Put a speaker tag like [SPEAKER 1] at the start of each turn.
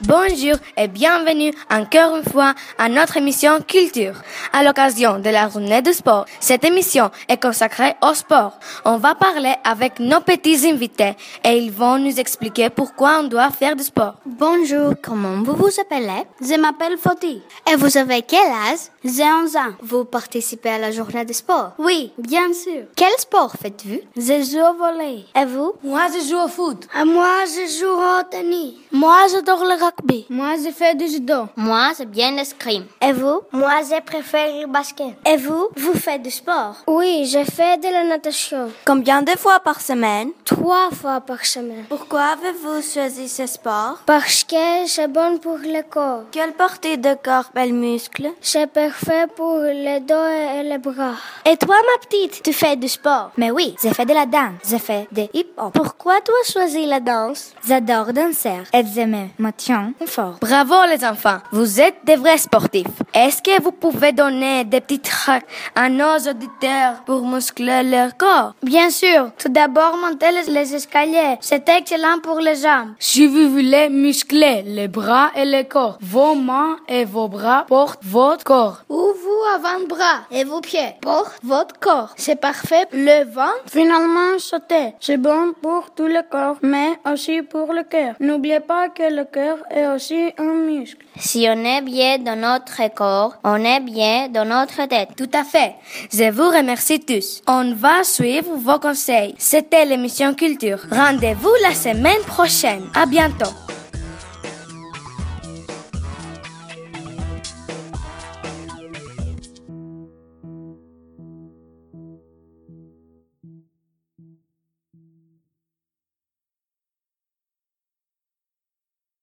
[SPEAKER 1] Bonjour et bienvenue encore une fois à notre émission Culture. À l'occasion de la journée du sport, cette émission est consacrée au sport. On va parler avec nos petits invités et ils vont nous expliquer pourquoi on doit faire du sport.
[SPEAKER 2] Bonjour, comment vous vous appelez
[SPEAKER 3] Je m'appelle Foti.
[SPEAKER 2] Et vous avez quel âge
[SPEAKER 3] J'ai 11 ans.
[SPEAKER 2] Vous participez à la journée du sport
[SPEAKER 3] Oui, bien sûr.
[SPEAKER 2] Quel sport faites-vous
[SPEAKER 3] Je joue au volley.
[SPEAKER 2] Et vous
[SPEAKER 4] Moi, je joue au foot.
[SPEAKER 5] Et moi, je joue au tennis.
[SPEAKER 6] Moi, j'adore le rugby.
[SPEAKER 7] Moi, je fais du judo.
[SPEAKER 8] Moi, c'est bien l'escrime.
[SPEAKER 9] Et vous
[SPEAKER 10] Moi, je préfère le basket.
[SPEAKER 9] Et vous Vous faites du sport
[SPEAKER 11] Oui, je fais de la natation.
[SPEAKER 12] Combien de fois par semaine
[SPEAKER 11] Trois fois par semaine.
[SPEAKER 12] Pourquoi avez-vous choisi ce sport
[SPEAKER 11] Parce que c'est bon pour le corps.
[SPEAKER 12] Quelle partie de corps elle muscle
[SPEAKER 11] C'est parfait pour le dos et les bras.
[SPEAKER 2] Et toi, ma petite, tu fais du sport
[SPEAKER 13] Mais oui, j'ai fait de la danse. J'ai fait des hip-hop.
[SPEAKER 2] Pourquoi tu as choisi la danse
[SPEAKER 13] J'adore danser. Et j'aime maintenant fort.
[SPEAKER 1] Bravo les enfants, vous êtes des vrais sportifs. Est-ce que vous pouvez donner des petits trucs à nos auditeurs pour muscler leur corps
[SPEAKER 3] Bien sûr. Tout d'abord, monter les escaliers. C'est excellent pour les jambes.
[SPEAKER 4] Si vous voulez muscler les bras et le corps, vos mains et vos bras portent votre corps.
[SPEAKER 3] Ou vos avant-bras et vos pieds portent votre corps. C'est parfait. Le ventre, finalement, sauter.
[SPEAKER 7] C'est bon pour tout le corps, mais aussi pour le cœur. N'oubliez pas que le cœur est aussi un muscle.
[SPEAKER 8] Si on est bien dans notre corps, on est bien dans notre tête.
[SPEAKER 1] Tout à fait. Je vous remercie tous. On va suivre vos conseils. C'était l'émission Culture. Rendez-vous la semaine prochaine. À bientôt.